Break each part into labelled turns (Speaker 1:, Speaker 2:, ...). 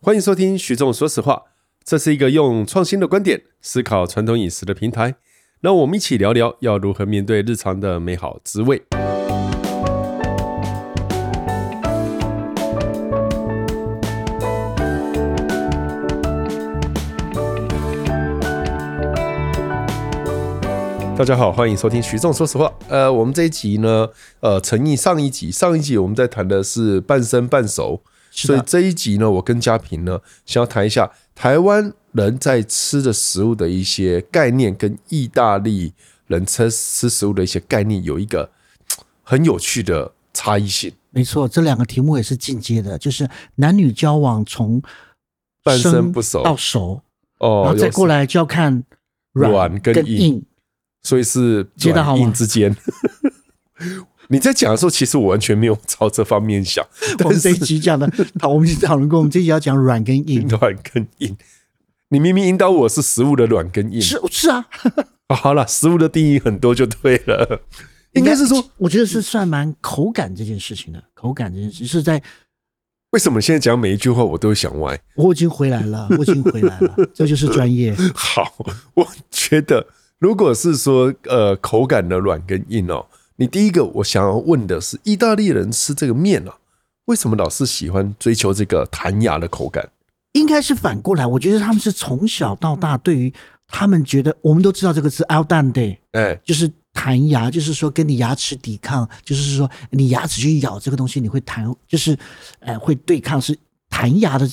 Speaker 1: 欢迎收听徐总说实话，这是一个用创新的观点思考传统饮食的平台。让我们一起聊聊要如何面对日常的美好滋味。大家好，欢迎收听徐总说实话。呃，我们这一集呢，呃，诚意上一集，上一集我们在谈的是半生半熟，
Speaker 2: 是
Speaker 1: 所
Speaker 2: 的
Speaker 1: 以这一集呢，我跟嘉平呢，想要谈一下台湾人在吃的食物的一些概念，跟意大利人吃吃食物的一些概念有一个嘖很有趣的差异性。
Speaker 2: 没错，这两个题目也是进阶的，就是男女交往从
Speaker 1: 半生
Speaker 2: 生
Speaker 1: 不熟
Speaker 2: 到熟，
Speaker 1: 哦，
Speaker 2: 然后再
Speaker 1: 有
Speaker 2: 过来就要看
Speaker 1: 软跟
Speaker 2: 跟
Speaker 1: 硬
Speaker 2: 硬。哦
Speaker 1: 所以是
Speaker 2: 接得好
Speaker 1: 软
Speaker 2: 吗
Speaker 1: 硬之间。 你在讲的时候，其实我完全没有朝这方面 想，
Speaker 2: 我
Speaker 1: 但
Speaker 2: 们这一
Speaker 1: 是
Speaker 2: 集讲的，好，我们已经讨论过，我们这一集要讲软跟硬。
Speaker 1: 软跟硬，你明明引导我是食物的软跟硬。
Speaker 2: 是是啊，
Speaker 1: 啊好了，食物的定义很多就对了，应该是说，
Speaker 2: 我觉得是算蛮口感这件事情的，口感这件事是在
Speaker 1: 为什么现在讲每一句话我都会想歪？
Speaker 2: 我已经回来了，我已经回来了，这就是专业。
Speaker 1: 好，我觉得如果是说呃口感的软跟硬哦，你第一个我想要问的是，意大利人吃这个面啊，为什么老是喜欢追求这个弹牙的口感？
Speaker 2: 应该是反过来，我觉得他们是从小到大对于他们觉得，我们都知道这个字 out done day，
Speaker 1: 哎，
Speaker 2: 就是弹牙，就是说跟你牙齿抵抗，就是说你牙齿去咬这个东西，你会弹，就是呃会对抗，是弹牙的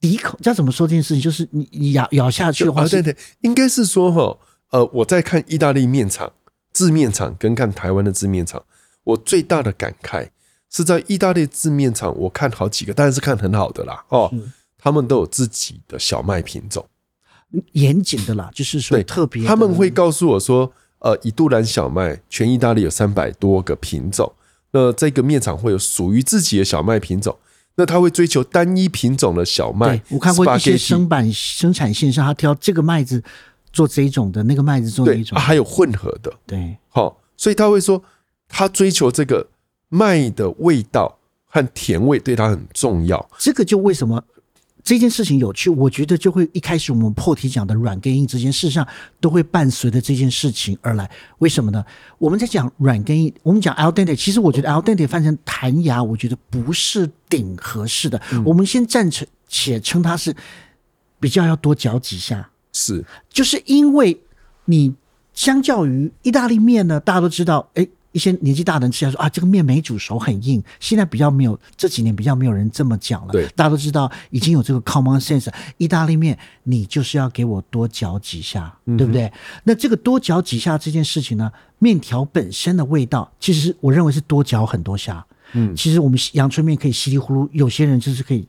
Speaker 2: 抵口。这怎么说这件事情？就是你你咬咬下去的话
Speaker 1: 啊，对
Speaker 2: 是，
Speaker 1: 对，应该是说哈，呃，我在看意大利面厂、制面厂跟看台湾的制面厂，我最大的感慨是在意大利制面厂，我看好几个，当然是看很好的啦，哦
Speaker 2: 是，
Speaker 1: 他们都有自己的小麦品种。
Speaker 2: 严谨的啦，就是说
Speaker 1: 对
Speaker 2: 特别的
Speaker 1: 他们会告诉我说，呃，以杜兰小麦，全意大利有三百多个品种，那这个面厂会有属于自己的小麦品种，那他会追求单一品种的小麦
Speaker 2: 对。我看过一些
Speaker 1: spaghetti
Speaker 2: 生板生产线上，他挑这个麦子做这一种的，那个麦子做那
Speaker 1: 对
Speaker 2: 一，种
Speaker 1: 啊，，还有混合的，
Speaker 2: 对，
Speaker 1: 好、所以他会说，他追求这个麦的味道和甜味对他很重要。
Speaker 2: 这个就为什么这件事情有趣，我觉得就会一开始我们破题讲的软跟硬之间，事实上都会伴随着这件事情而来。为什么呢？我们在讲软跟硬，我们讲 al dente，其实我觉得 al dente 翻成弹牙，我觉得不是顶合适的。我们先暂且且称它是比较要多嚼几下，
Speaker 1: 是，
Speaker 2: 就是因为你相较于意大利面呢，大家都知道，哎，一些年纪大的人吃下说啊，这个面没煮熟，很硬。现在比较没有，这几年比较没有人这么讲了。
Speaker 1: 对
Speaker 2: 大家都知道已经有这个 common sense，意大利面你就是要给我多嚼几下，对不对？那这个多嚼几下这件事情呢，面条本身的味道，其实我认为是多嚼很多下。嗯，其实我们阳春面可以稀里糊涂，有些人就是可以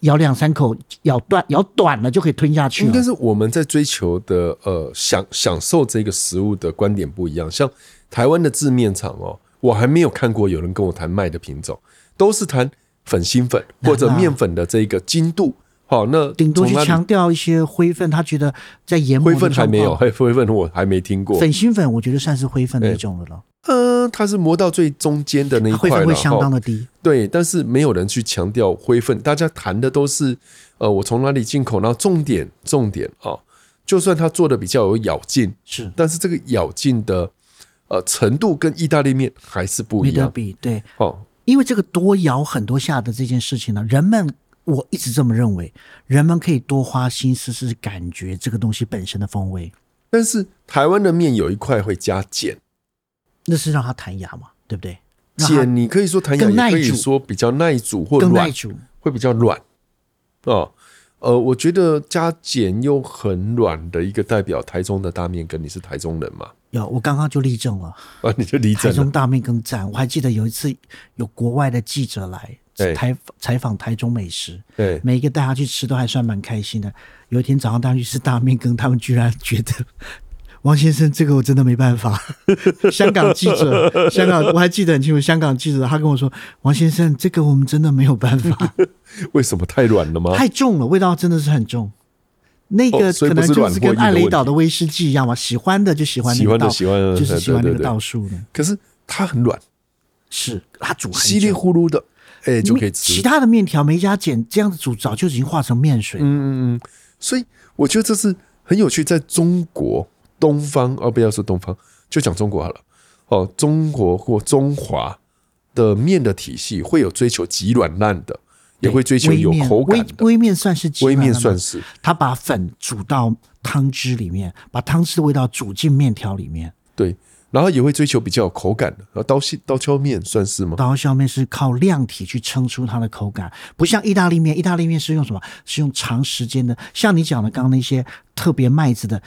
Speaker 2: 咬两三口，咬断咬短了就可以吞下去
Speaker 1: 应
Speaker 2: 了
Speaker 1: 该。是我们在追求的呃享享受这个食物的观点不一样。像台湾的制面厂哦，我还没有看过有人跟我谈麦的品种，都是谈粉芯粉或者面粉的这个精度。好、那
Speaker 2: 啊顶多去
Speaker 1: 从那里
Speaker 2: 强调一些灰分，他觉得在研磨
Speaker 1: 灰
Speaker 2: 的
Speaker 1: 粉还没有，哎
Speaker 2: 状
Speaker 1: 嘿灰粉我还没听过
Speaker 2: 况，。粉芯粉我觉得算是灰分的一种了咯，
Speaker 1: 嗯、它是磨到最中间的那一
Speaker 2: 灰
Speaker 1: 块了。
Speaker 2: 分会相
Speaker 1: 哦
Speaker 2: 当的低。
Speaker 1: 对，但是没有人去强调灰分，大家谈的都是呃，我从哪里进口，然后重点重点啊、哦，就算他做的比较有咬劲，
Speaker 2: 是
Speaker 1: 但是这个咬劲的呃程度跟意大利面还是不
Speaker 2: 没
Speaker 1: 一
Speaker 2: 得
Speaker 1: 样
Speaker 2: 比，对，
Speaker 1: 哦。
Speaker 2: 因为这个多咬很多下的这件事情呢，人们我一直这么认为，人们可以多花心思是感觉这个东西本身的风味，
Speaker 1: 但是台湾的面有一块会加碱，
Speaker 2: 那是让它弹牙嘛，对不对？让它
Speaker 1: 碱你可以说弹
Speaker 2: 更
Speaker 1: 牙，
Speaker 2: 耐
Speaker 1: 也可以
Speaker 2: 煮
Speaker 1: 说比较耐煮或
Speaker 2: 更耐
Speaker 1: 软，
Speaker 2: 煮，
Speaker 1: 会比较软哦。呃，我觉得加碱又很软的一个代表，台中的大面羹，你是台中人嘛？
Speaker 2: 有，我刚刚就例证了。
Speaker 1: 啊，你就理解
Speaker 2: 台
Speaker 1: 了
Speaker 2: 中。大面羹站，我还记得有一次有国外的记者来
Speaker 1: 对
Speaker 2: 采采访台中美食，
Speaker 1: 对
Speaker 2: 每一个带他去吃都还算蛮开心的。有一天早上带他去吃大面羹，他们居然觉得。王先生，这个我真的没办法。 香港记者， 香港我还记得很清楚。香港记者他跟我说：“王先生，这个我们真的没有办法，
Speaker 1: 为什么太软了吗？
Speaker 2: 太重了，味道真的是很重。那
Speaker 1: 哦
Speaker 2: 个
Speaker 1: 所以
Speaker 2: 可
Speaker 1: 不
Speaker 2: 能
Speaker 1: 是
Speaker 2: 就
Speaker 1: 软
Speaker 2: 是
Speaker 1: 或
Speaker 2: 跟
Speaker 1: 硬的
Speaker 2: 艾雷
Speaker 1: 问
Speaker 2: 岛
Speaker 1: 题
Speaker 2: 的威士忌一样嘛，喜欢的就喜欢那
Speaker 1: 喜
Speaker 2: 个
Speaker 1: 欢的
Speaker 2: 道
Speaker 1: 喜欢的
Speaker 2: 就是喜欢
Speaker 1: 对对
Speaker 2: 那个
Speaker 1: 对
Speaker 2: 道数呢。
Speaker 1: 可是它很软，
Speaker 2: 是它煮很
Speaker 1: 稀里
Speaker 2: 久
Speaker 1: 呼噜的，哎就可以吃
Speaker 2: 其。他的面条没加碱，这样子煮早就已经化成面水
Speaker 1: 嗯
Speaker 2: 了。
Speaker 1: 嗯嗯，所以我觉得这是很有趣，在中国东方哦，不要说东方，就讲中国好了。哦，中国或中华的面的体系会有追求极软烂的，也会追求
Speaker 2: 微
Speaker 1: 有
Speaker 2: 面
Speaker 1: 口感
Speaker 2: 微
Speaker 1: 的。
Speaker 2: 微面算是基
Speaker 1: 微
Speaker 2: 本
Speaker 1: 面
Speaker 2: 的吗
Speaker 1: 算是
Speaker 2: 他把粉煮到汤汁里面，把汤汁的味道煮进面条里面。
Speaker 1: 对，然后也会追求比较有口感的。然后刀削刀削面算是吗？
Speaker 2: 然后下面是靠量体去撑出它的口感，不像意大利面，意大利面是用什么？是用长时间的，像你讲的刚刚那些特别麦子的，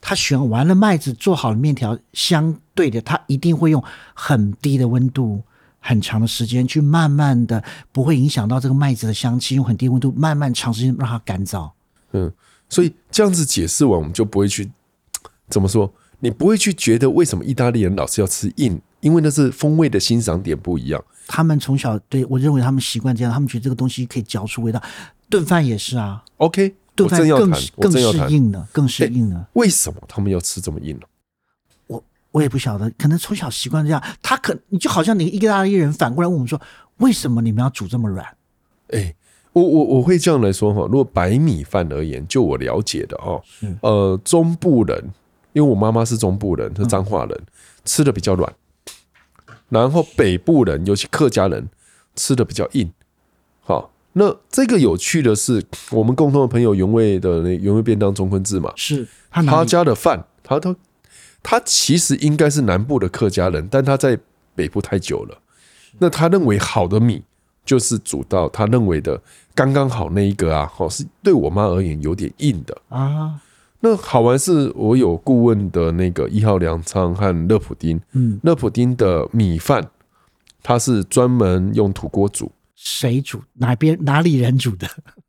Speaker 2: 它选完了麦子做好了面条，相对的它一定会用很低的温度。很长的时间去慢慢的，不会影响到这个麦子的香气，用很低温度慢慢长时间让它干燥。
Speaker 1: 嗯，所以这样子解释完，我们就不会去怎么说，你不会去觉得为什么意大利人老是要吃硬，因为那是风味的欣赏点不一样。
Speaker 2: 他们从小对我认为他们习惯这样，他们觉得这个东西可以嚼出味道。炖饭也是啊，
Speaker 1: OK，
Speaker 2: 炖
Speaker 1: 我
Speaker 2: 饭
Speaker 1: 正要
Speaker 2: 更
Speaker 1: 谈，我
Speaker 2: 更
Speaker 1: 正要
Speaker 2: 适
Speaker 1: 谈，
Speaker 2: 应了，更适应了。
Speaker 1: 为什么他们要吃这么硬呢、
Speaker 2: 我我也不晓得，可能从小习惯这样。他可你就好像你一个意大利人反过来问我们说，为什么你们要煮这么软？
Speaker 1: 哎，我我我会这样来说哈，如果白米饭而言，就我了解的哦
Speaker 2: 是，
Speaker 1: 呃，中部人，因为我妈妈是中部人，是彰化人，吃的比较软，然后北部人，尤其客家人，吃的比较硬。好，那这个有趣的是，我们共同的朋友原味的那原味便当钟坤志嘛，
Speaker 2: 是他哪
Speaker 1: 他
Speaker 2: 里
Speaker 1: 家的饭，他他他其实应该是南部的客家人，但他在北部太久了。那他认为好的米就是煮到他认为的刚刚好那一个啊，好是对我妈而言有点硬的。
Speaker 2: 啊？
Speaker 1: 那好玩是我有顾问的那个一号粮仓和乐普丁，
Speaker 2: 嗯，
Speaker 1: 乐普丁的米饭，它是专门用土锅煮，
Speaker 2: 谁煮？哪边哪里人煮的？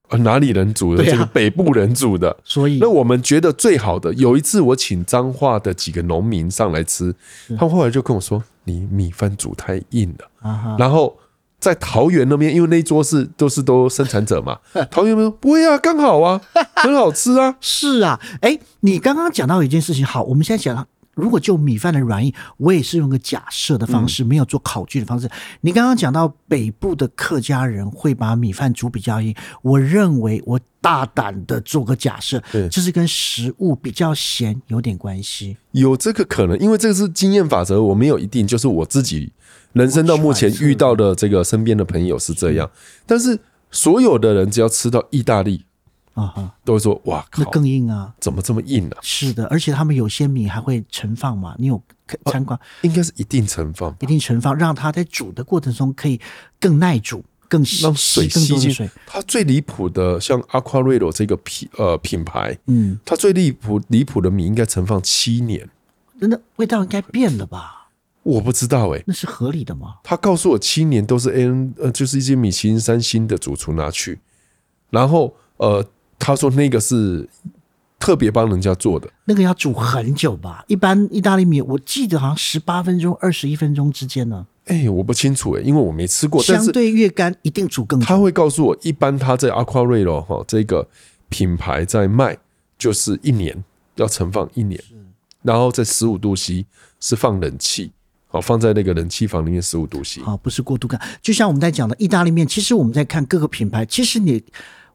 Speaker 1: 呃，哪里人煮的？
Speaker 2: 对
Speaker 1: 这
Speaker 2: 啊
Speaker 1: 个北部人煮的，
Speaker 2: 所以
Speaker 1: 那我们觉得最好的，有一次我请彰化的几个农民上来吃，
Speaker 2: 嗯
Speaker 1: 他们后来就跟我说：“你米饭煮太硬了。
Speaker 2: 啊哈，
Speaker 1: 然后在桃园那边，因为那一桌是都是都生产者 嘛，桃园那边说不会啊，刚好啊，很好吃啊。
Speaker 2: 是啊，哎，你刚刚讲到一件事情，好，我们现在讲到。如果就米饭的软硬，我也是用个假设的方式，
Speaker 1: 嗯
Speaker 2: 没有做考据的方式。你刚刚讲到北部的客家人会把米饭煮比较硬，我认为我大胆的做个假设
Speaker 1: 对，
Speaker 2: 这是跟食物比较咸有点关系。
Speaker 1: 有这个可能，因为这个是经验法则，我没有一定，就是我自己人生到目前遇到的这个身边的朋友是这样。
Speaker 2: 嗯
Speaker 1: 但是所有的人只要吃到意大利，
Speaker 2: 啊哈，
Speaker 1: 都会说：“哇
Speaker 2: 那
Speaker 1: 靠，
Speaker 2: 更硬啊！
Speaker 1: 怎么这么硬啊？
Speaker 2: 是的，而且他们有些米还会盛放嘛，你有看
Speaker 1: 哦
Speaker 2: 参观、
Speaker 1: 应该是一定盛放吧。”
Speaker 2: 一定盛放，让它在煮的过程中可以更耐煮、更吸
Speaker 1: 让水
Speaker 2: 更
Speaker 1: 吸
Speaker 2: 多的
Speaker 1: 进
Speaker 2: 水。。
Speaker 1: 它最离谱的，像 Aqua r e d o 这个品呃品牌，
Speaker 2: 嗯，
Speaker 1: 它最离谱离谱的米应该存放七年，
Speaker 2: 那味道应该变了吧？
Speaker 1: 我不知道哎、
Speaker 2: 那是合理的吗？
Speaker 1: 他告诉我七年都是 A N 呃，就是一些米其林三星的主厨拿去，然后呃，他说那个是特别帮人家做的，
Speaker 2: 那个要煮很久吧？一般意大利米，我记得好像十八分钟、二十一分钟之间呢。
Speaker 1: 哎、我不清楚哎、因为我没吃过，但
Speaker 2: 相
Speaker 1: 是
Speaker 2: 对越干，一定煮更
Speaker 1: 他
Speaker 2: 久。
Speaker 1: 会告诉我，一般他在 Aqua r e d o 哈这个品牌在卖就是一年要存放一年。然后在十五度 C 是放冷气，好放在那个冷气房里面十五度 C。
Speaker 2: 好，哦不是过度干。就像我们在讲的意大利面，其实我们在看各个品牌，其实你。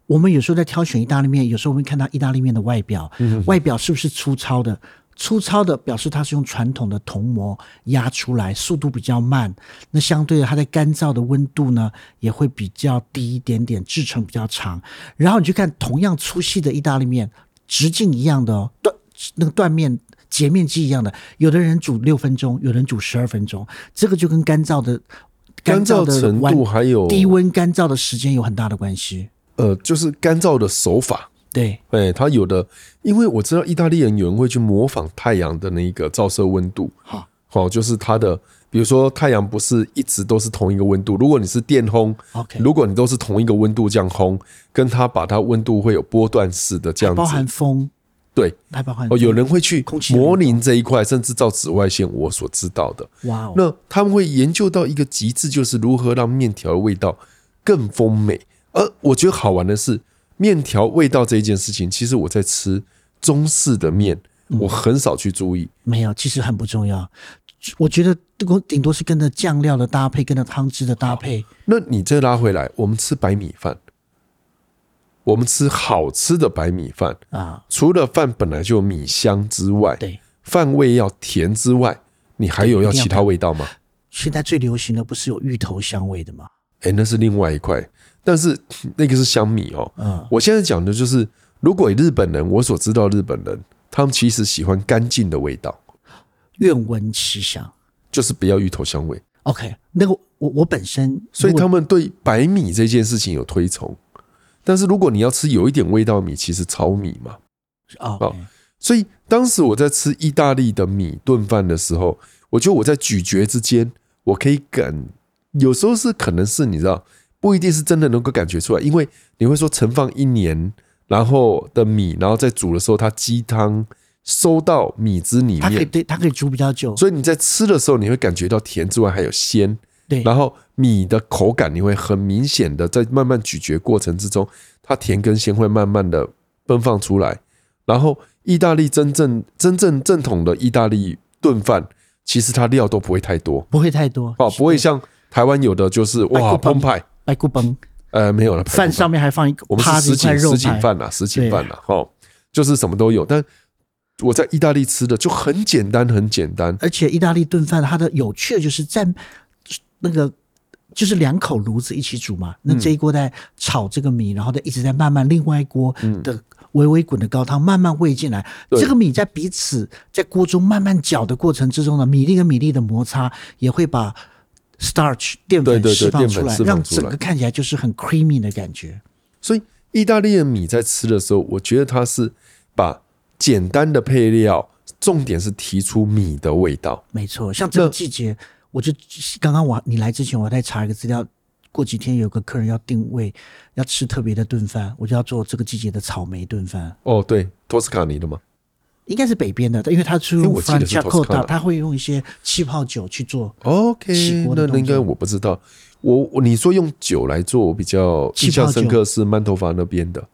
Speaker 2: 我们有时候在挑选意大利面，有时候我们看到意大利面的外表，外表是不是粗糙的？粗糙的表示它是用传统的铜模压出来，速度比较慢。那相对的，它在干燥的温度呢也会比较低一点点，制成比较长。然后你去看同样粗细的意大利面，直径一样的哦，断那个断面截面积一样的，有的人煮六分钟，有人煮十二分钟，这个就跟干燥的
Speaker 1: 干燥
Speaker 2: 的
Speaker 1: 程
Speaker 2: 完
Speaker 1: 度还有
Speaker 2: 低温干燥的时间有很大的关系。
Speaker 1: 呃，就是干燥的手法，
Speaker 2: 对，
Speaker 1: 哎，它有的，因为我知道意大利人有人会去模仿太阳的那一个照射温度，
Speaker 2: 好，
Speaker 1: 好、就是它的，比如说太阳不是一直都是同一个温度，如果你是电烘
Speaker 2: OK
Speaker 1: 如果你都是同一个温度这样烘，跟它把它温度会有波段式的这样
Speaker 2: 啊包含
Speaker 1: 子，
Speaker 2: 风，
Speaker 1: 对，
Speaker 2: 还包含
Speaker 1: 哦，有人会去
Speaker 2: 空气的
Speaker 1: 模拟这一块，甚至照紫外线，我所知道的，
Speaker 2: 哇哦，
Speaker 1: 那他们会研究到一个极致，就是如何让面条的味道更丰美。而我觉得好玩的是，面条味道这一件事情，其实我在
Speaker 2: 嗯
Speaker 1: 吃中式的面，我很少去注意。
Speaker 2: 没有，其实很不重要。我觉得我顶多是跟着酱料的搭配，跟着汤汁的搭配。
Speaker 1: 那你再拉回来，我们吃白米饭，我们吃好吃的白米饭
Speaker 2: 啊，
Speaker 1: 除了饭本来就有米香之外，
Speaker 2: 对，
Speaker 1: 饭味要甜之外，你还有要其他味道吗？
Speaker 2: 现在最流行的不是有芋头香味的吗？
Speaker 1: 哎、那是另外一块，但是那个是香米哦。
Speaker 2: 嗯
Speaker 1: 我现在讲的就是，如果日本人，我所知道的日本人，他们其实喜欢干净的味道，
Speaker 2: 愿闻其详。
Speaker 1: 就是不要芋头香味。
Speaker 2: OK，那个我我本身，
Speaker 1: 所以
Speaker 2: 如果
Speaker 1: 他们对白米这件事情有推崇。但是如果你要吃有一点味道的米，其实糙米嘛。
Speaker 2: 哦
Speaker 1: 哦所以当时我在吃意大利的米炖饭的时候，我觉得我在咀嚼之间，我可以感，有时候是可能是你知道，不一定是真的能够感觉出来，因为你会说盛放一年，然后的米，然后在煮的时候，它鸡汤收到米汁里
Speaker 2: 它可以
Speaker 1: 面，
Speaker 2: 对它可以煮比较久，
Speaker 1: 所以你在吃的时候，你会感觉到甜之外还有鲜，
Speaker 2: 对，
Speaker 1: 然后米的口感你会很明显的在慢慢咀嚼过程之中，它甜跟鲜会慢慢的奔放出来。然后意大利真正真正正统的意大利炖饭，其实它料都不会太多
Speaker 2: 不会太多
Speaker 1: 哦，不会像台湾有的就是哇
Speaker 2: 白
Speaker 1: 澎
Speaker 2: 哎骨
Speaker 1: 湃，
Speaker 2: 白骨崩
Speaker 1: 呃没有了，白骨
Speaker 2: 饭
Speaker 1: 饭
Speaker 2: 上面还放一个
Speaker 1: 我们
Speaker 2: 趴
Speaker 1: 是
Speaker 2: 着
Speaker 1: 什
Speaker 2: 一块
Speaker 1: 锦
Speaker 2: 肉
Speaker 1: 什锦
Speaker 2: 排，
Speaker 1: 饭啦，什锦饭啦，哦，就是什么都有。但我在意大利吃的就很简单，很简单，
Speaker 2: 而且意大利炖饭它的有趣的就是在那个就是两口炉子一起煮嘛，
Speaker 1: 嗯
Speaker 2: 那这一锅在炒这个米，然后再一直在慢慢另外一锅的微微滚的高汤慢慢煨进来，
Speaker 1: 嗯对
Speaker 2: 这个米在彼此在锅中慢慢搅的过程之中呢，米粒跟米粒的摩擦也会把 starch 淀
Speaker 1: 对对对
Speaker 2: 粉释放
Speaker 1: 淀粉
Speaker 2: 出来，
Speaker 1: 释放
Speaker 2: 让
Speaker 1: 出
Speaker 2: 整
Speaker 1: 来
Speaker 2: 个看起来就是很 creamy 的感觉。
Speaker 1: 所以意大利的米在吃的时候，我觉得它是把简单的配料，重点是提出米的味道。
Speaker 2: 没错，像这个
Speaker 1: 那
Speaker 2: 季节，我就刚刚我你来之前，我在查一个资料，过几天有个客人要定位，要吃特别的炖饭，我就要做这个季节的草莓炖饭，
Speaker 1: 哦，对，托斯卡尼的嘛，
Speaker 2: 应该是北边的，因为他是
Speaker 1: 因为
Speaker 2: 用
Speaker 1: 哎我记得
Speaker 2: Fran
Speaker 1: 是
Speaker 2: c i a c o t
Speaker 1: Toscana
Speaker 2: a 他会用一些气泡酒去做
Speaker 1: OK，
Speaker 2: 起锅
Speaker 1: 那
Speaker 2: 的
Speaker 1: 那
Speaker 2: 动作
Speaker 1: 应该我不知道。我我你说用酒来做，我比较
Speaker 2: 气
Speaker 1: 印
Speaker 2: 泡
Speaker 1: 象
Speaker 2: 酒
Speaker 1: 深刻是曼头法那边的，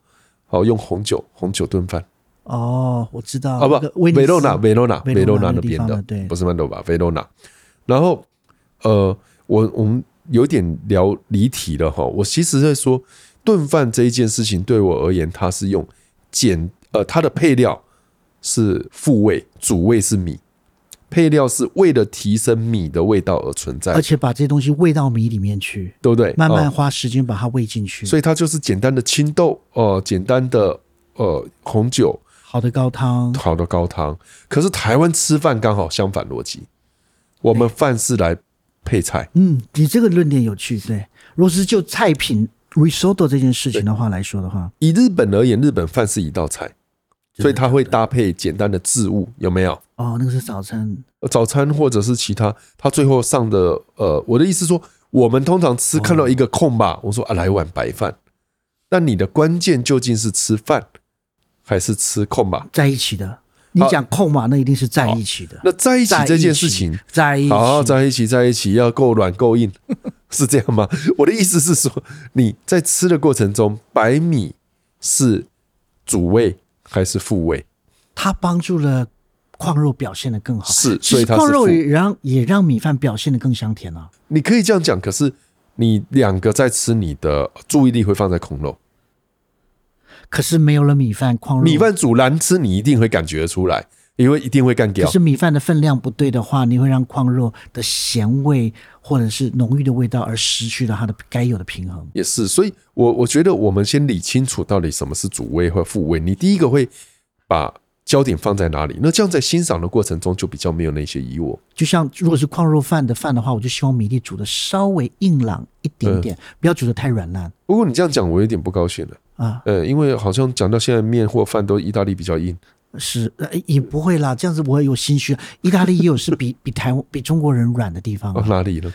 Speaker 1: 好用红酒红酒炖饭
Speaker 2: 哦，我知道
Speaker 1: 啊，
Speaker 2: 那个
Speaker 1: 不，
Speaker 2: 威尼
Speaker 1: 维
Speaker 2: 斯
Speaker 1: 罗纳维罗纳
Speaker 2: 维
Speaker 1: 维罗
Speaker 2: 罗
Speaker 1: 纳
Speaker 2: 纳
Speaker 1: 那
Speaker 2: 那地
Speaker 1: 边
Speaker 2: 方
Speaker 1: 的
Speaker 2: 的，对
Speaker 1: 不是曼头法维罗纳。然后呃，我我们有点聊离题了哈。我其实在说炖饭这一件事情，对我而言，它是用简呃，它的配料是副味，主味是米，配料是为了提升米的味道而存在
Speaker 2: 而，且把这些东西喂到米里面去，
Speaker 1: 对不对？
Speaker 2: 呃慢慢
Speaker 1: 哦
Speaker 2: 花时间把它喂进去，
Speaker 1: 所以它就是简单的青豆，呃，简单的呃红酒，
Speaker 2: 好的高汤，
Speaker 1: 好的高汤。可是台湾吃饭刚好相反逻辑，我们饭是来配菜。
Speaker 2: 嗯，你这个论点有趣，对，如果是就菜品 risotto 这件事情的话来说的话，
Speaker 1: 以日本而言，日本饭是一道菜，所以它会搭配简单的渍物，有没有？
Speaker 2: 哦，那个是早餐。
Speaker 1: 呃早餐或者是其他，它最后上的呃，我的意思说，我们通常吃看到一个空吧，我说啊，来碗白饭。那你的关键究竟是吃饭还是吃空吧？
Speaker 2: 在一起的。你讲控嘛，那一定是在一起的。
Speaker 1: 那哦在一起
Speaker 2: 在一起
Speaker 1: 这件事情，
Speaker 2: 在一起，
Speaker 1: 好，在一起，在一起要够软够硬， 是这样吗？我的意思是说，你在吃的过程中，白米是主味还是副味？
Speaker 2: 它帮助了矿肉表现得更好。
Speaker 1: 是
Speaker 2: 其
Speaker 1: 所以
Speaker 2: 实
Speaker 1: 它是
Speaker 2: 矿肉
Speaker 1: 负
Speaker 2: 也让也让米饭表现得更香甜啊。
Speaker 1: 你可以这样讲，可是你两个在吃，你的注意力会放在空肉。
Speaker 2: 可是没有了米饭，矿肉
Speaker 1: 米，饭煮难吃，你一定会感觉得出来，因为一定会干
Speaker 2: 可
Speaker 1: 掉
Speaker 2: 是。米饭的分量不对的话，你会让矿肉的咸味或者是浓郁的味道而失去了它的该有的平衡。
Speaker 1: 也是，所以我我觉得我们先理清楚到底什么是主味或副味。你第一个会把焦点放在哪里？那这样在欣赏的过程中就比较没有那些疑惑。
Speaker 2: 就像如果是矿肉饭的饭的话，我就希望米粒煮的稍微硬朗一点
Speaker 1: 嗯
Speaker 2: 点，不要煮的太软烂
Speaker 1: 不过你这样讲，我有点不高兴了。
Speaker 2: 啊。
Speaker 1: 呃，因为好像讲到现在，面或饭都意大利比较硬。
Speaker 2: 是，呃，也不会啦，这样子我也有心虚。啊意大利也有 是比比台湾比中国人软的地方
Speaker 1: 哦，
Speaker 2: 啊。
Speaker 1: 哪里呢？